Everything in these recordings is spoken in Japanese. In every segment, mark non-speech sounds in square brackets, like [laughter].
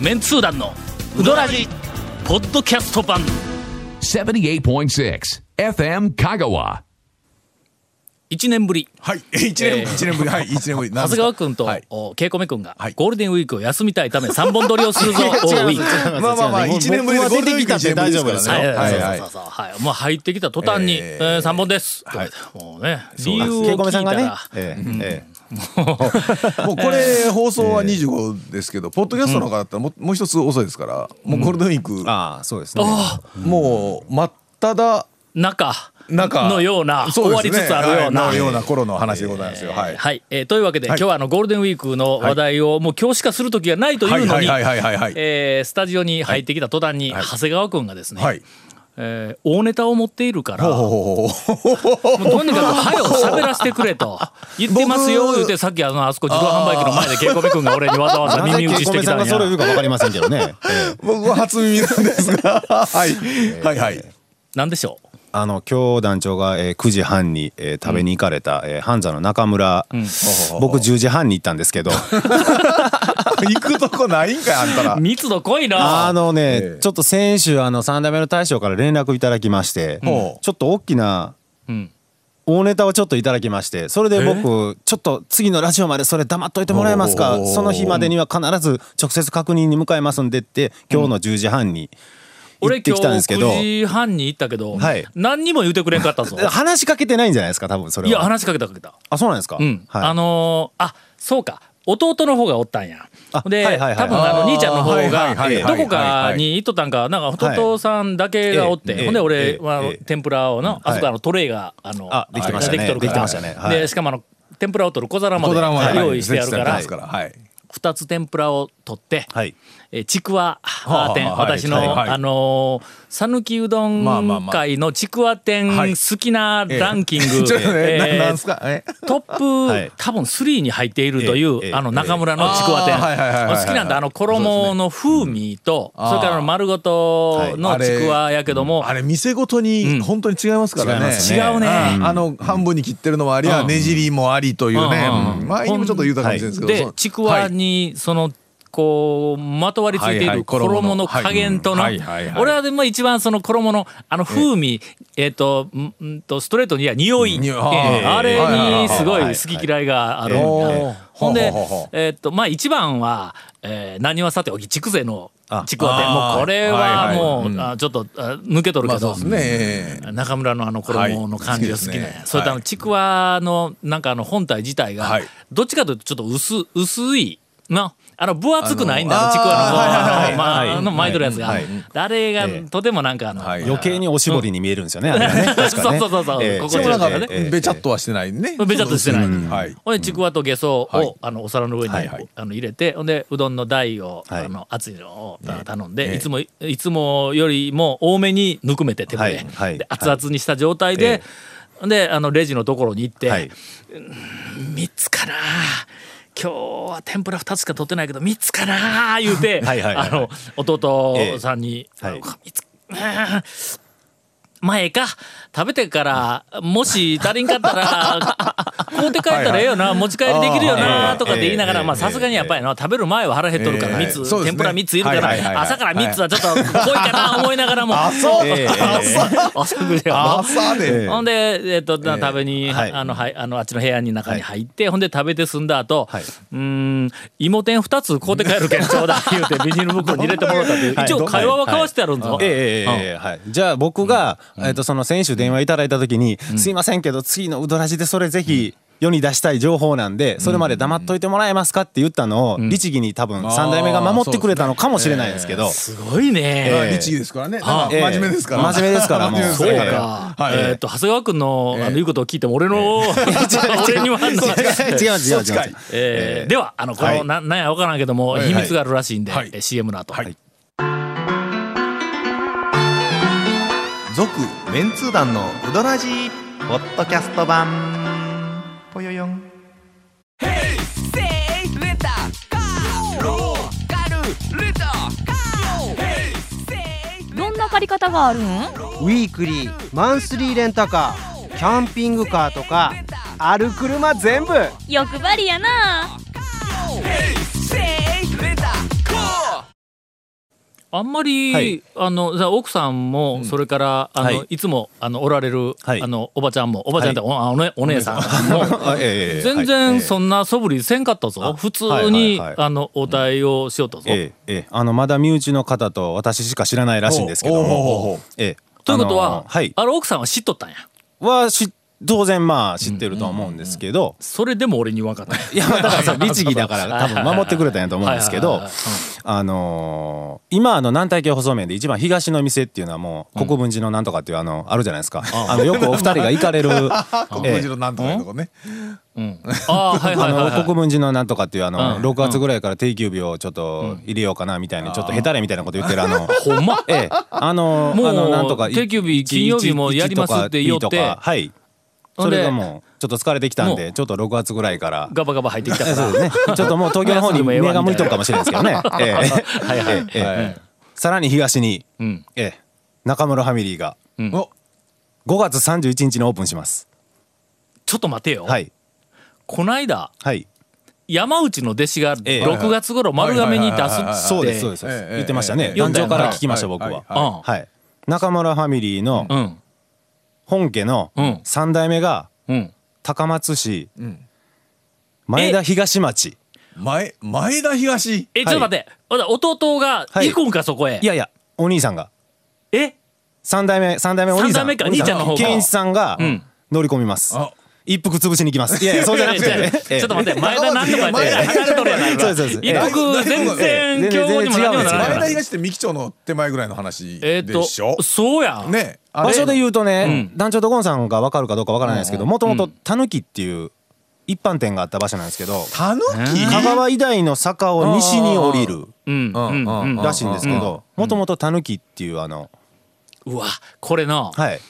メンツー団のウドラジポッドキャスト版78.6 FM Kagawa. 1年ぶりはい、 [laughs] 一年、一年ぶり、はい、一年ぶり。長長谷川君と、はい。おケイコメ君が、はいゴールデンウィークを休みたいため3本撮りを [laughs] する [laughs] ぞおーウィークまあまあまあ、一年ぶりでゴールデンウィーク出てきたって大丈夫ですよはいははいいははいいそう。そうそうはいもう入ってきた途端に「えー3本です」はいもうね理由をケイコ聞メいたさんがねら、えええもうこれ放送は25ですけど、ポッドキャストの方だったらもうもう一つ遅いですから、もうゴールデンウィークえ、ああそうですね。もう真っ只中中のようなそ終わですりねつつあるような。はいのような頃の話でございますよ。はい。はい、えーというわけで、はい今日はあのゴールデンウィークの話題をもう今日しかする時がないというのにはいはいはいはいはいえースタジオに入ってきた途端に、長谷川君がですね、はい。えー大ネタを持っているからほうほうほうほう。もうとにかく早く喋らせてくれ [laughs] と言ってますよ言うてさっきあのあそこ自動販売機の前でケイコメ君が俺にわざわざ [laughs] なぜ耳打ちケイしコてメきさたんんがそれやを言うかわかりませんけどね。ええ僕は初耳なんです [laughs] が、はい、はいはい。 [laughs] なんでしょうあの今日団長がえー9時半にえー食べに行かれたえーハンザの中村、僕10時半に行ったんですけど、行くとこないんかいあんたら。密度濃いなあのえねえちょっと先週あの三代目の大将から連絡いただきまして、ほうちょっと大きなうん大ネタをちょっといただきましてそれで僕ちょっと次のラジオまでそれ黙っといてもらえますかおーその日までには必ず直接確認に向かいますんでって今日の10時半に行俺って今き日たんですけど、 9時半に行ったけど、はい何にも言うてくれんかった [laughs] ぞ話しかけてないんじゃないですか多分それいはや話しかけたかけたあそうなんですか、うん、はい、あのーあそうか弟の方がおったんやあで、はいはいはい多分あの兄ちゃんの方はいはいがはいどこかに行っとったんかなんか弟さんだけがおって、はいええほんで俺、ええまあええ天ぷらをなあそこあはいのトレイがあのあできてましたねあれができとるからできてましたねはいでしかもあの天ぷらを取る小 [laughs] 皿ま小で皿まで用意してあるかはらい設置されてますからはい。 2つ天ぷらを取って、はいえーちくわあー店、はあはあはい私の、はいはいあのー讃岐うどまあまあんまあ界のちくわ店はい好きなランキング、 [laughs] ちょっとね、なえーなんすか。えトップ、はい多分3に入っているという、ええええあの中村のちくわ店、あーはいはいはいはいはい好きなんだあの衣の風味とそ,、れんからあの丸ごとのちくわやけども、あれ店ごとに本当に違いますからね。違います違うね。うんあの半分に切ってるのもありゃ、ねじりもありというね、うんうん前にもちょっと言うたかもしれないですけど、そでうちくわはいにそのこうまとわりついていはいはるい衣の衣の加減とのはいはいはいはい俺はでも一番その衣のあの風味えっとんんとストレートには匂いうんええあーあれにすごいはいはいはい好き嫌いがあるんええだほんほうでほうほうえっとまあ一番はえー何はさておき筑前のあちくわ店あーもうこれはもはいうはいあちょっとあ抜けとるまけあそどうですねええ。中村のあの衣の感じが好きなんや、はい好きですねそれとあのはいちくわのなんかあの本体自体が、はいどっちかというとちょっと薄薄いなあの分厚くないんだああののちくわあーのこうはあいはいはいのあの巻いてるやつが、はいあれがええとてもなんかあの、はい余計におしぼりに見えるんですよね、あれはね確かね [laughs] そうそうそうそうええここでもなんかねええべちゃっとはしてないね。べちゃっとしてないうんはい。ほんでちくわとげそを、はいあのお皿の上に、はいはいあの入れてほんでうどんの台を、はいあの熱いのをあ頼んで、ええいつもいつもよりも多めにぬくめて手で,、はいはいで熱々にした状態で、えほんであのレジのところに行って、はい3つかな今日は天ぷら2つしか取ってないけど3つかな言うて [laughs] はいはいはいあの弟さんに「ええはい三つあー前か食べてからもし足りんかった [laughs] ら買うて帰ったらええよな持ち帰りできるよあなー」とかって言いながえらえまあさすがにやっぱりな食べる前は腹減っとるからええ3そうつですね天ぷら3ついるかはいはいはいらはい朝から3つはちょっと濃いかな思いながらも朝ええ [laughs] 朝食やろ朝で。ほんで、えっと、食べに、はいあの、はい、あの、あっちの部屋に中に入って、ほんで食べて済んだ後、はいうーん、芋天二つ買うて帰るけんちょうだい言うて、ビニール袋に入れてもらったっていう、はい一応会話は交わしてあるんぞ。ええええええはい、じゃあ僕が、えっとその先週電話いただいた時に「すいませんけど次のウドラジでそれぜひ世に出したい情報なんでそれまで黙っといてもらえますか?」って言ったのを、律儀に多分3代目が守ってくれたのかもしれないですけど。すごいまあね。律儀ですからね。あなんか真面目ですから。ええ真面目ですからもう真そう面目ですからか。はいえっと、長谷川君の、あえの、え言うことを聞いても、俺の、 [laughs] 俺には反応しない。違う違う違う違う近いえーでは、あの、この、はいななんやわからんけども、はい秘密があるらしいんで、はいえ CM の後。はい続メンツー団のウドラジーポッドキャスト版ぽよよんどんな借り方があるんウィークリーマンスリーレンタカーキャンピングカーとかある車全部欲張りやなあんまり、はいあのさ奥さんも、それからあの、はいい、つもあのおられる、はいあのおばちゃんもおばちゃんって、おあおねお姉さんもあええええ全はい然そんな素振りせんかったぞ、普通に、はいはいはいあの応対をしよったぞ、ええええあのまだ身内の方と私しか知らないらしいんですけどおうおうおうおもう、ええということは、あのはいあれ奥さんは知っとったんやはし当然まあ知ってるとは思うんですけど、それでも俺に言わんかったいやまあだからそれ律 [laughs] 儀だから多分守ってくれたんやと思うんですけはいどはいはいはいあのー今あの南太京細麺で一番東の店っていうのはもう国分寺のなんとかっていうあのあるじゃないですか、あのよくお二人が行か [laughs] れる、国え分え寺のなんとかいうとこね。うんああはいはいはい、あのはい国分寺のなんとかっていうあの、うん6月ぐらいから定休日をちょっと入れようかなみたいな、ちょっとへたれみたいなこと言ってる [laughs] あのほんまええあのもうあのなんとか定休日い金曜日もやりますって言おっていとかはいほんそでれがもうちょっと疲れてきたんもでちょっと6月ぐらいからガバガバ入ってきたかえらそうですねちょっともう東京 [laughs] の方に目が向いとるかもしれないですけどねええはいはいええええさらに東にうんええ中村ファミリーがうんお5月31日にオープンしますちょっと待てよ、はいこないだはい山内の弟子がええ6月頃丸亀に出すっつそっうてですそうですそうですええ言ってましたねええ壇上からええ聞きましたはい僕ははいはいはい中村ファミリーのうん本家のうん3代目がうん高松市ん前田東町前、前田東。えちょっと待って、ほら弟がはい行くんかそこへいやいやお兄さんがえ三代目三代目お兄さん三代目かおさ兄ちゃんの方が健一さんがうん乗り込みます、あ一服潰しに行きますいやいやそうじゃなくて、いやいや [laughs] ちょっと待って前田なんとか前や田って離れとるやないかそうですそうです一国全え然え競合にも何にもなら前な田い東って三木町の手前ぐらいの話えっでとしょ。そうやんね。あれ場所で言うとね、団長とゴンさんが分かるかどうか分からないですけどもともとたぬきっていう一般店があった場所なんですけどたぬき香川以外の坂を西に降りるうんうんうんらしいんですけどもともとたぬきっていうあのうわこれのはい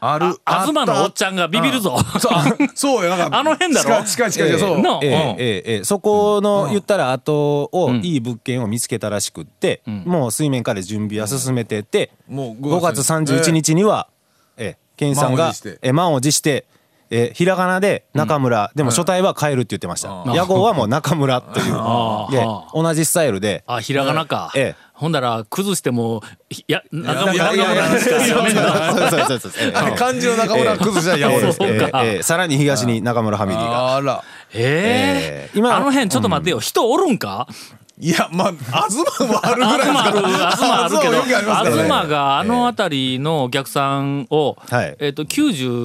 あるあ東のおっちゃんゃんがビビるぞそうあそうやなんかあの辺だろ近い近い近いそうのええうんええええそこの言ったら後をいい物件を見つけたらしくって、もう水面下で準備は進めてて、もう5月31日には、ええ健さん満をが持してええ満を持して、ええひらがなで中村、でも初対は変えるって言ってました、野号はもう中村っていうあーでは同じスタイルであひらがなかええほんだら崩してもいや中いや村いやいや中村しか読めんなそうそうそうそうええあれ漢字の中村崩したらやえおえうですそうかええええさらに東に中村ファミリーが。あらええええ今あの辺ちょっと待ってよ、人おるんかいやまあ東はあるぐ東らいですあかるら東あるけど東はよくありますからね東があの辺りのお客さんを、はいえっと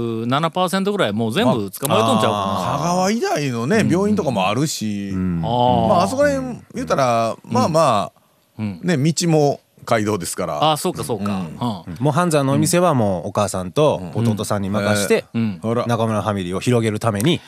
97%ぐらいもう全部捕まえとんちゃう香か川以外のね病院とかもあるしなまあああそこら辺言うたらまあまあね道も街道ですかあらあそうかそうか、うんもうハンザーのお店はもうお母さんと弟さんに任してんほら中村ファミリーを広げるために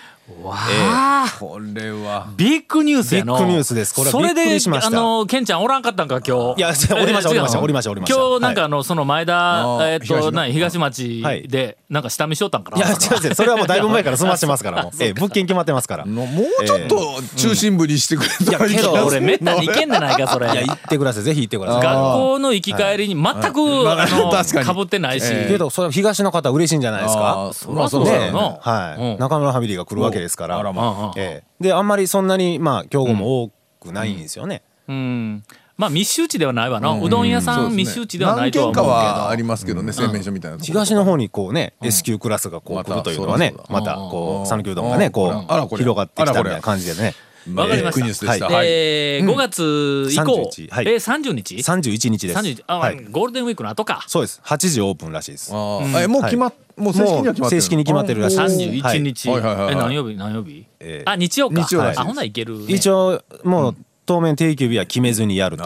わあ、これはビッグニュースやのビッグニュースですこれそれびっくでりしましたあのケンちゃんおらんかったんか今日いやおりましたえおりました違うのおりましたおりました今日なんかあの、その前田あーえっ東との何東町はいでなんか下見しよったんかな、いや違う違うそれはもうだいぶ前から済ましてます [laughs] からもうええ物件決まってますからいのもうちょっと中心部にしてくれたらうんいやけけどど俺めったに行けんじゃないかそれや行ってくださいぜひ行ってくださ学校の行き帰りに全く、はいあの [laughs] 確かにかぶってないし、いけどそれは東の方嬉しいんじゃないですあーかそらそうだよねえなはうんい中村ファミリーが来るわけですからあらまあええであんまりそんなにまあ競合も多くないんですよねうんまあ密集地ではないわな、うどん屋さん密集地ではないとは思うけど何軒かはありますけどね製麺所みたいなとこ東の方にこうね S 級クラスがこまうた来るというのはねそうだまたうこんう讃岐うどんがねこあらこうれ広がってきたみたいあらこなれ感じでねわかりましたビッグニュースでしたははいえー5月以降、 31はいえー、30日31日です30日あ、はいゴールデンウィークの後かそうです8時オープンらしいですあーえもう決まっもう正式には決まってるもう正式に決まってるらしいあで三す十一日、はいはいはいはいえ何曜日何曜日、えーあ日曜か日曜らしいですあほな行ける、ね、一応もう当面定休日は決めずにやると、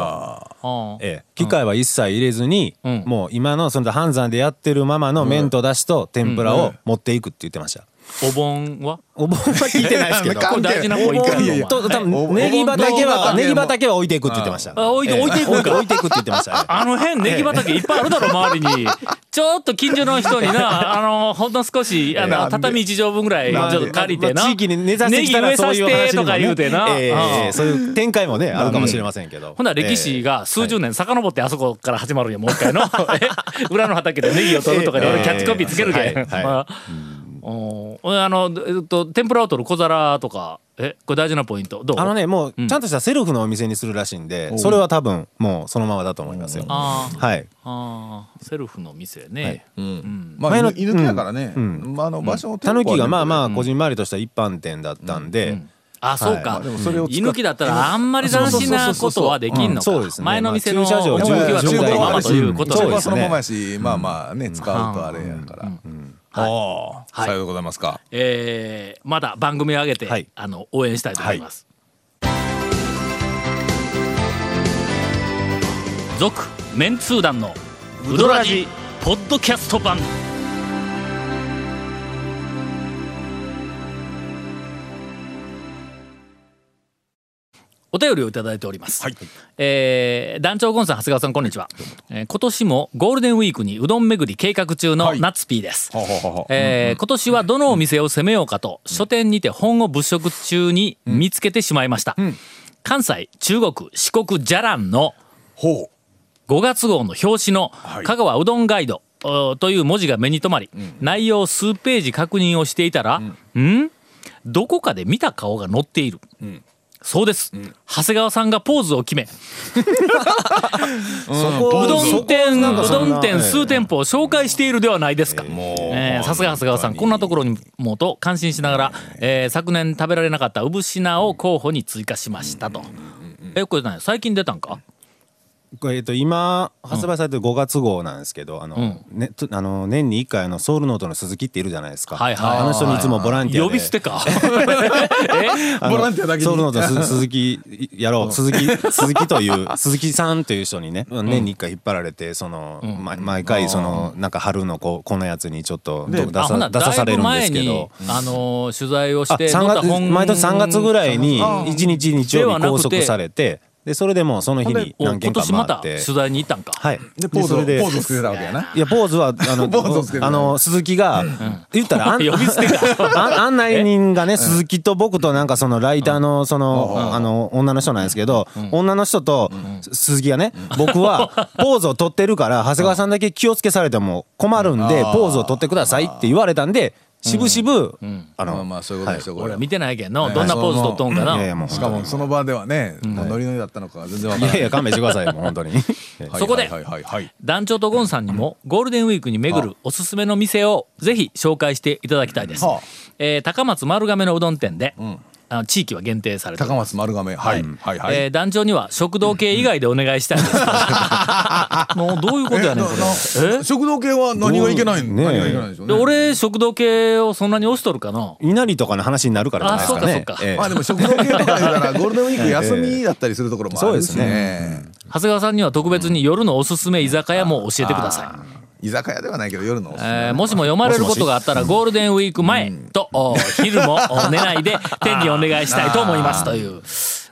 応ええ機械は一切入れずに、うんもう今のその半山でやってるままの麺とだしと天ぷらを持っていくって言ってました、お盆はお盆は聞いてないで [laughs] すけどこれ大事な方お行かんのお前盆と多分ネギ畑はネギ畑は置いていくって言ってましたあ置いてええ置いていくんか置いていくって言ってましたねあの辺ネギ畑いっぱいあるだろ周りにちょっと近所の人に [laughs] なあのほんの少しあの畳一畳分ぐらいちまあょっと借りてな、まあ地域に根ざしてきたネらギ植そういうえさせて話にもとか言うてな、ねええええうんそういう展開もねあるかもしれませんけど、ほんなら歴史が数十年遡ってあそこから始まる [laughs] んやもう一回のえ裏の畑でネギを取るとかで俺キャッチコピーつけるけん、はいはいまあおーあのえっと天ぷらを取る小皿とかえこれ大事なポイントどうあのねもううんちゃんとしたセルフのお店にするらしいんで、それは多分もうそのままだと思いますよ。あーはい。あーセルフの店ね、はいまあ前の犬犬手やからね、うんまあ、あの場所のたぬきがまあまああこじんまりとした一般店だったんで、あそうまか、あでもそれを使っ居抜きだったらあんまり斬新なことはできんのそうかですね前の店のまあ駐車重場は機は重そ機のはままということそそでこうではすそねのままやし、まあまあね使うとあれやから、ああ、はいさようでございますかえーまだ番組を上げて、はいあの応援したいと思います。続、メンツー団のウドラジポッドキャスト版。お便りをいただいております。はいえー団長ゴンさん長谷川さんこんにちは、えー今年もゴールデンウィークにうどん巡り計画中のナッツピーです、ほうほうほうほうえー今年はどのお店を攻めようかと書店にて本を物色中に見つけてしまいました、関西中国四国じゃらんのほう5月号の表紙の「い香川うどんガイド」おという文字が目に留まり、内容を数ページ確認をしていたら、んどこかで見た顔が載っている、そうです、長谷川さんがポーズを決めそこうどん店うなんかそどんなん店ええ数店舗を紹介しているではないですか、えーさすが長谷川さんこんなところにもと感心しながら、えー昨年食べられなかった産品を候補に追加しましたと、えこれ何最近出たんかえっと今発売されてる5月号なんですけど、あの、んねとあの年に1回あのソウルノートの鈴木っているじゃないですか。はいはいあの人にいつもボランティアで。呼び捨てか [laughs] あボのランティアだけにソウルノートのす鈴木やろう鈴木鈴木という鈴木さんという人にね年に1回引っ張られてその、ま毎回そのなんか春のこうこのやつにちょっと出あほんならさ出さされるんですけだいぶど。前にあのー取材をしあて3載った月本毎年3月ぐらいに1日日で曜は日なくて拘束されてでそれでもうその日にお何今件か年ま回たって取材に行ったんか、はいでポーズそをれでポーズをつけてたわけやないやポーズはあの [laughs] ポーズをつけてたあの鈴木が言ったらあん [laughs] 呼び捨てかあ案内人がね鈴木と僕となんかそのライターのそのあの女の人なんですけど女の人と鈴木がね僕はポーズを取ってるから長谷川さんだけ気をつけされても困るんでポーズを取ってくださいって言われたんでしぶしぶあまあのまあそういうことでしょう、俺はこ見てないけんの、どんなポーズ取っとんかな、いやいやもうれしかもその場ではね、もうノリノリだったのか全然わかいらなやいいや勘弁してくださいよもう本 [laughs] 当にはいそこではいはいはいはい団長とゴンさんにもゴールデンウィークに巡るおすすめの店をぜひ紹介していただきたいです、はあえー高松丸亀のうどん店で、あの地域は限定されてる高松丸亀はいはいはい、えー団長には食堂系以外でお願いしたい [laughs] ですもうどういうことやねんこれえ食堂系は何がいけないの、ねえ何がいけないんでしょうでね俺食堂系をそんなに押しとるかな稲荷とかの話になるからじゃないですかあそねうかそうかええまあでも食堂系とか言うたらゴールデンウィーク休みだったりするところもあるしそうですね長谷川さんには特別に夜のおすすめ居酒屋も教えてください居酒屋ではないけど夜のおすすめえーもしも読まれることがあったらゴールデンウィーク前とお昼も [laughs] お寝ないで天にお願いしたいと思いますという。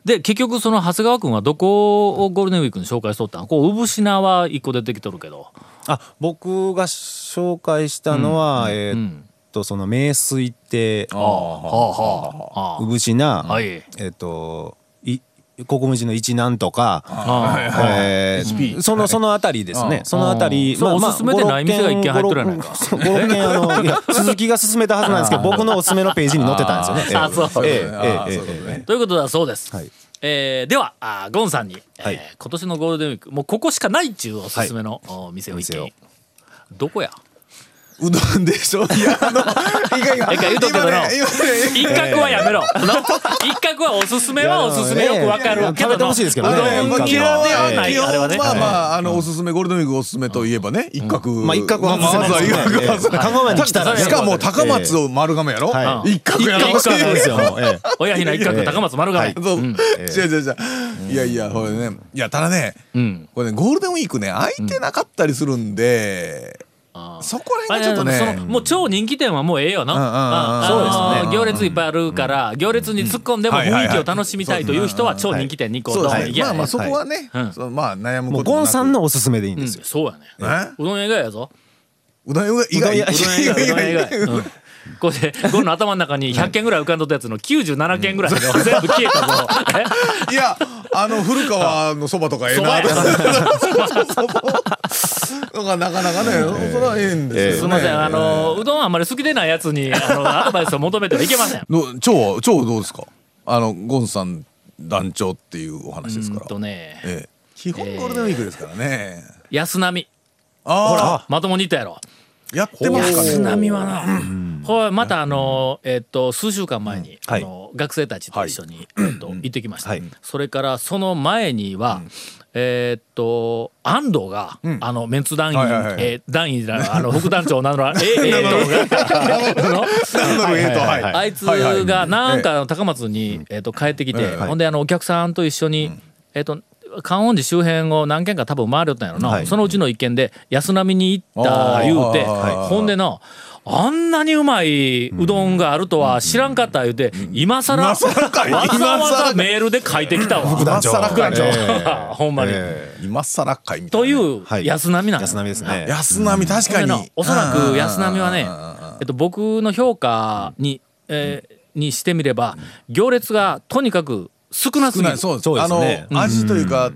で結局その長谷川君はどこをゴールデンウィークに紹介しとったんこう産品は一個出てきとるけどあ僕が紹介したのは、えーっとその名水ってあ産品、はいえーっとい国務の一なんとか、あえーそのそのあたりですね。そのあたり、そうおすすめでない店が一軒入っとるやないか5、6軒あのいや鈴木が勧めたはずなんですけど、僕のおすすめのページに載ってたんですよね。あそうええあーええそういうことねええということだそうです、はいえーではあーゴンさんに、えーはい今年のゴールデンウィークもうここしかないっちゅうおすすめの、お店を一軒お店どこやうどんでしょいやあのいかいかええか言うとくけど今なね今ね一角はやめろ。一角はおすすめはおすすめよくわかるけど食べてほしいですけどねうどん一角嫌はいではない、えあれはね。まあまあ、あの、おすすめ、ゴールデンウィークおすすめといえばね、一角。まあ一角はまあまずは一角ええ外せない香川に来たらねしかも、高松を丸亀やろは一角やろ一角 [laughs] そうですよ。ええ親ひな一角高松丸亀。そう、違う違う違う。いやいや、これね、いや、ただね、うん。これね、ゴールデンウィークね、空いてなかったりするんで、そこら辺がちょっとあれそのね、もう超人気店はもうええよな。んうんうんああのそうですね行列いっぱいあるから、行列に突っ込んでも雰囲気を楽しみたいという人は超人気店に行こうそとう思ですいね。まあまあ、そそうこはねはいうん、そうまあ、悩むもこうとなくゴンさんのおすすめでいいうんでんすよ。そうやね。えうどん屋以外やぞ。うどん屋以外 [laughs] うどん屋以外うどん屋以外以外うんこれでゴンの頭の中に100件ぐらい浮かんどったやつの97件ぐらいの全部消えたぞいやあの古川のそばとかええそばなやとか [laughs] のがなかなかね、それはええんですえすよ、ねいませんあのうどんあんまり好きでないやつにあ [laughs] のアドバイスを求めてはいけませんど超超どうですかあのゴンさん団長っていうお話でうすかんら、とねええ、基本ゴールデンウィークですからね、安波ああまともに言ったやろやってますかね安波はなこれまたあのえっと数週間前にはあいの学生たちと一緒にえっと行ってきましたはいそれからその前にはえっと安藤があのメンツ団員はいはいはいえー団員じゃないあの副団長なの [laughs] らええが [laughs] のなんだろうええとはいあいつがなんかあの高松に、えっと帰ってきて、ほんであのお客さんと一緒に、えっと観音寺周辺を何軒か多分回りよったんやろな、はいそのうちの一軒で安波に行った言うてあーはいほんでなあんなにうまいうどんがあるとは知らんかった言うて、今更今更かいわざ今わざ更メールで書いてきたわ副団長副 [laughs] 団長、えほんまに、え今更かいみたいとなね、いうはい安波なん安波ですね安波確かだからにおそらうんうんうんうくん安波はね、えっと、僕の評価に,、えーにしてみれば行列がとにかく少なすぎ少なるいそうですそうですあの、ね味というか、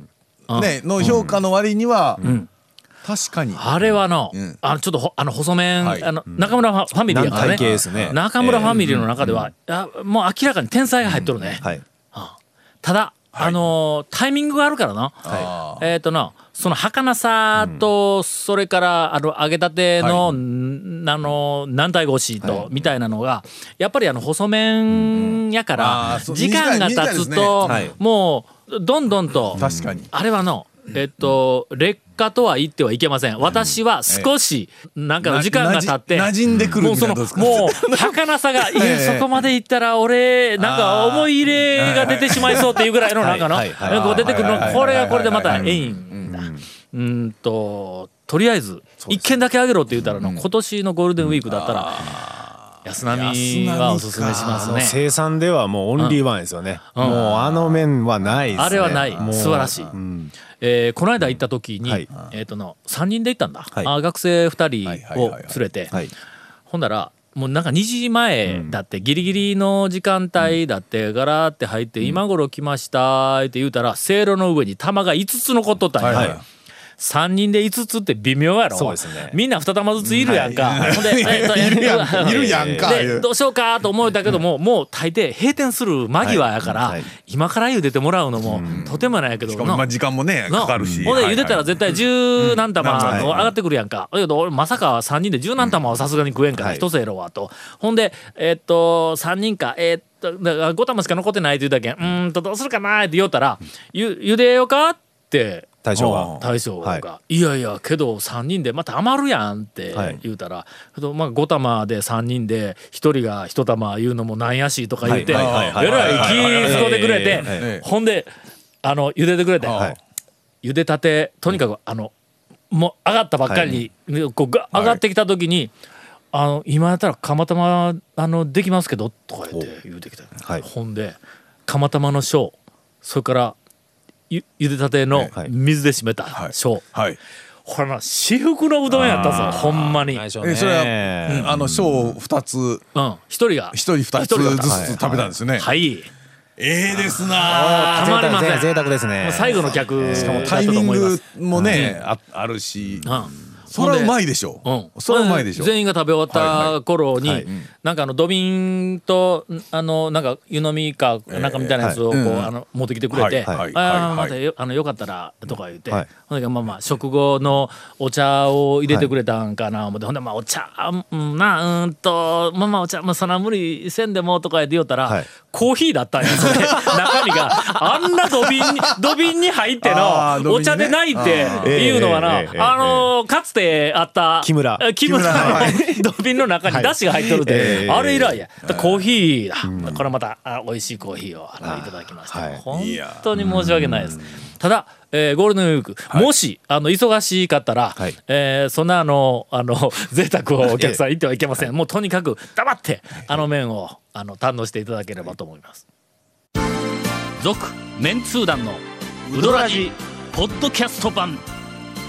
ねの評価の割には、確かにあれはの,、んあのちょっとほあの細麺、はいあの中村ファファミリーやから軟体系ねですね中村ファミリーの中では、あもう明らかに天才が入っとるね、はいただ、あのータイミングがあるからな、あえっ、となその儚さと、それからあの揚げたての、んあの軟体腰と、みたいなのがやっぱりあの細麺やかうんあら、ーそう時間が短い経ですつねと、はいもうどんどんと確かにあれはのえっと劣化とは言ってはいけません私は少しなんかの時間が経ってな馴染んでくるもうみたそいなのどうですかもう儚さがいや [laughs] ええそこまでいったら俺なんか思い入れが出てしまいそうっていうぐ [laughs] らいのなんかのはいはいはいなんか出てくるのはいはいはいこれがこれでまたはいはいえいんだうんととりあえず一件だけあげろって言ったらの今年のゴールデンウィークだったら安波はおすすめしますもうね生産ではもうオンリーワンですよね、んもうあの麺はないですねあれはないもう素晴らしいうんえーこの間行った時に、はいえー、との3人で行ったんだ、はいあー学生2はいは人いはいをは連いれて、はいほんならもうなんか2時前だって、ギリギリの時間帯だって、ガラーって入って「今頃来ました」って言うたらせいろの上に玉が5つ残っとったんや、はいはい3人で5つって微妙やろそうですねみんな2玉ずついるやんか、ほんでえっと [laughs] いるやんいるやんかいうでどうしようかと思えたけども、もう大抵閉店する間際やから、はいはい今から茹でてもらうのも、とてもないけどしかもなまあ時間もねなかかるしほんで茹でたら絶対十何玉はい上がってくるやんか。だけど俺まさか3人で十何玉はさすがに食えんからはい一つやろはと。ほんでえーっと3人かえーっとだから5玉しか残ってないって言うだけんうーんとどうするかなーって言おったら「ゆ茹でようか?」って大将が大将が、はいい「やいやけど3人でまた余るやん」ってはい言うたら、けどまあ、5玉で3人で1人が1玉言うのもなんやしとか言ってえはいはいはいはいらい気遣ってくれて、はいはいほんであの茹でてくれて、はい茹でたてとにかくあのもう上がったばっかりに、こうが上がってきた時に「あの今やったら釜玉あのできますけど」とか言って言うてきた、はいほんで釜玉の小それからゆ茹でたてのはい水で締めたはい小、はいほらな私服のうどんやったぞほんまに。うん大将えねそれは、あの賞2つ一人が1人2一人がつずつ食べたんですよね、はいええですなあたまりません贅沢ですねもう最後の客しかもタイとミン思いまグすもね、ああるし、うんそれはうまいでしょうん、それはうまいでしょ全員が食べ終はわいった頃に、はいはいなんかあの土瓶とんあのなんか湯飲みかなんかみたいなやつをこう、ええはいうんあの持ってきてくれて「はいはいあはあいまたよあのよかったら」とか言って、はいほんでまあまあ食後のお茶を入れてくれたんかな思って、ほんでまあお茶うんなうーんとまあまあお茶、まあ、そんな無理せんでもとか言って言おったら、はいコーヒーだったんやそ [laughs] れ中身があんな土瓶に土瓶に入ってあのー土瓶ねお茶でないっていうのはな、あーええええええあのかつてあった木村え木村の [laughs] 土瓶の中に出汁が入っとるはいで、ええあれ以来や。だコーヒーだ。これまたあ美味しいコーヒーをあのいただきました。はい本当に申し訳ないです。ただ、えーゴールデンウィーク、もしあの忙しかったら、はいえーそんなあのあの [laughs] 贅沢をお客さん言ってはいけません。もうとにかく黙ってあの麺をあの堪能していただければと思います。続メンツー団のウドラジポッドキャスト版